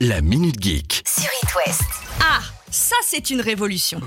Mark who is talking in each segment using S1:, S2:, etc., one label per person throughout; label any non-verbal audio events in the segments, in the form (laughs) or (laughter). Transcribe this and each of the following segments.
S1: La Minute Geek.
S2: sur It West.
S3: Ah, ça c'est une révolution.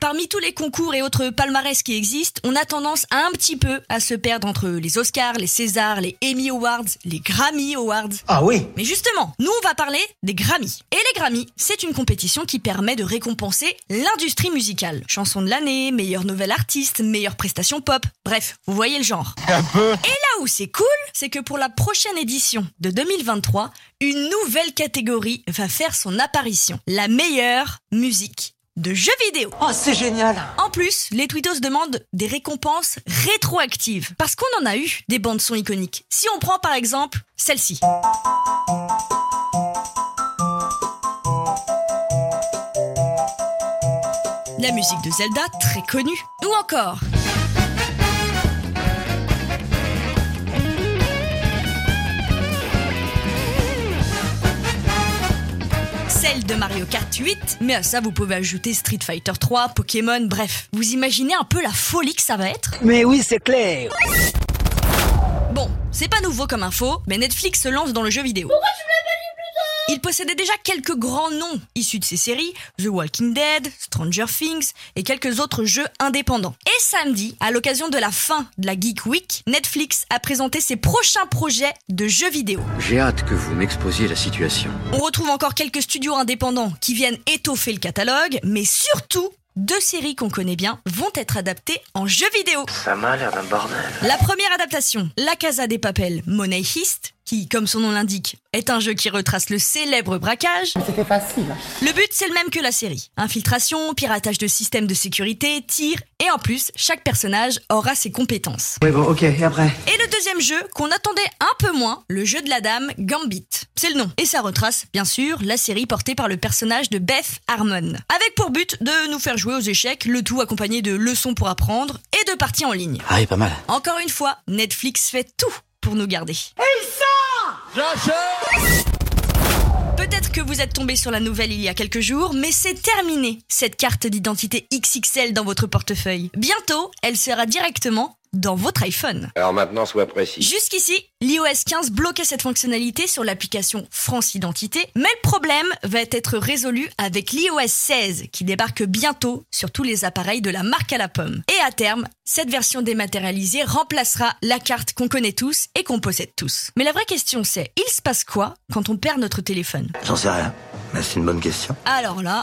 S3: Parmi tous les concours et autres palmarès qui existent, on a tendance à un petit peu à se perdre entre les Oscars, les Césars, les Emmy Awards, les Grammy Awards.
S4: Ah oui
S3: Mais justement, nous on va parler des Grammys. Et les Grammys, c'est une compétition qui permet de récompenser l'industrie musicale. Chanson de l'année, meilleur nouvel artiste, meilleure prestation pop, bref, vous voyez
S4: (laughs)
S3: le genre. Et là où c'est cool, c'est que pour la prochaine édition de 2023, une nouvelle catégorie va faire son apparition. La meilleure musique de jeux vidéo.
S4: Oh, c'est génial
S3: En plus, les tweetos demandent des récompenses rétroactives. Parce qu'on en a eu des bandes son iconiques. Si on prend par exemple celle-ci. La musique de Zelda, très connue. Ou encore. Celle de Mario Kart 8, mais à ça vous pouvez ajouter Street Fighter 3, Pokémon, bref. Vous imaginez un peu la folie que ça va être
S4: Mais oui, c'est clair
S3: Bon, c'est pas nouveau comme info, mais Netflix se lance dans le jeu vidéo. Pourquoi tu me l'as pas dit plus tôt Il possédait déjà quelques grands noms issus de ses séries, The Walking Dead, Stranger Things et quelques autres jeux indépendants. Et samedi, à l'occasion de la fin de la Geek Week, Netflix a présenté ses prochains projets de jeux vidéo.
S5: J'ai hâte que vous m'exposiez la situation.
S3: On retrouve encore quelques studios indépendants qui viennent étoffer le catalogue, mais surtout, deux séries qu'on connaît bien vont être adaptées en jeux vidéo.
S5: Ça m'a l'air d'un bordel.
S3: La première adaptation, La Casa des Papels, Money Heist, qui, comme son nom l'indique, est un jeu qui retrace le célèbre braquage. C'était facile. Le but, c'est le même que la série. Infiltration, piratage de systèmes de sécurité, tir, et en plus, chaque personnage aura ses compétences.
S4: Oui, bon, ok, et après
S3: Et le deuxième jeu, qu'on attendait un peu moins, le jeu de la dame, Gambit. C'est le nom. Et ça retrace, bien sûr, la série portée par le personnage de Beth Harmon. Avec pour but de nous faire jouer aux échecs, le tout accompagné de leçons pour apprendre, et de parties en ligne.
S5: Ah, il est pas mal.
S3: Encore une fois, Netflix fait tout pour nous garder. Peut-être que vous êtes tombé sur la nouvelle il y a quelques jours, mais c'est terminé, cette carte d'identité XXL dans votre portefeuille. Bientôt, elle sera directement dans votre iPhone.
S6: Alors maintenant, sois précis.
S3: Jusqu'ici, l'iOS 15 bloquait cette fonctionnalité sur l'application France Identité, mais le problème va être résolu avec l'iOS 16 qui débarque bientôt sur tous les appareils de la marque à la pomme. Et à terme, cette version dématérialisée remplacera la carte qu'on connaît tous et qu'on possède tous. Mais la vraie question c'est, il se passe quoi quand on perd notre téléphone
S5: J'en sais rien. Mais c'est une bonne question.
S3: Alors là...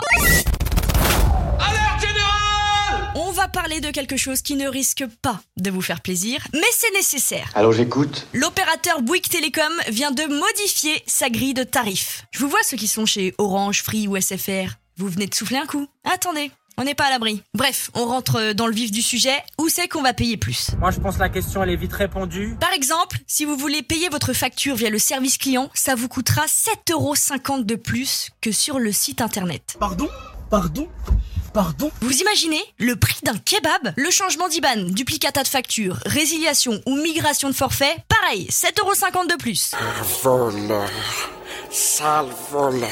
S3: On va parler de quelque chose qui ne risque pas de vous faire plaisir, mais c'est nécessaire.
S6: Alors j'écoute.
S3: L'opérateur Bouygues Télécom vient de modifier sa grille de tarifs. Je vous vois ceux qui sont chez Orange, Free ou SFR. Vous venez de souffler un coup. Attendez, on n'est pas à l'abri. Bref, on rentre dans le vif du sujet. Où c'est qu'on va payer plus
S7: Moi, je pense que la question, elle est vite répondue.
S3: Par exemple, si vous voulez payer votre facture via le service client, ça vous coûtera 7,50€ de plus que sur le site internet.
S4: Pardon Pardon Pardon
S3: Vous imaginez le prix d'un kebab Le changement d'IBAN, duplicata de facture, résiliation ou migration de forfait Pareil, 7,50€ de plus.
S6: Voleur. Sale voleur.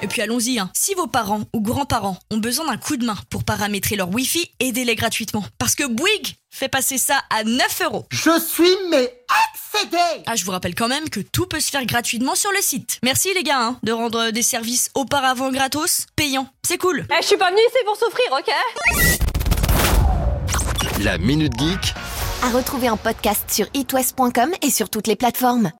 S3: Et puis allons-y, hein. si vos parents ou grands-parents ont besoin d'un coup de main pour paramétrer leur Wi-Fi, aidez-les gratuitement. Parce que Bouygues fait passer ça à 9 euros.
S4: Je suis, mais accédé
S3: Ah, je vous rappelle quand même que tout peut se faire gratuitement sur le site. Merci les gars hein, de rendre des services auparavant gratos, payants. C'est cool.
S8: Eh, je suis pas venue ici pour souffrir, ok
S1: La Minute Geek
S2: À retrouver en podcast sur itwest.com et sur toutes les plateformes.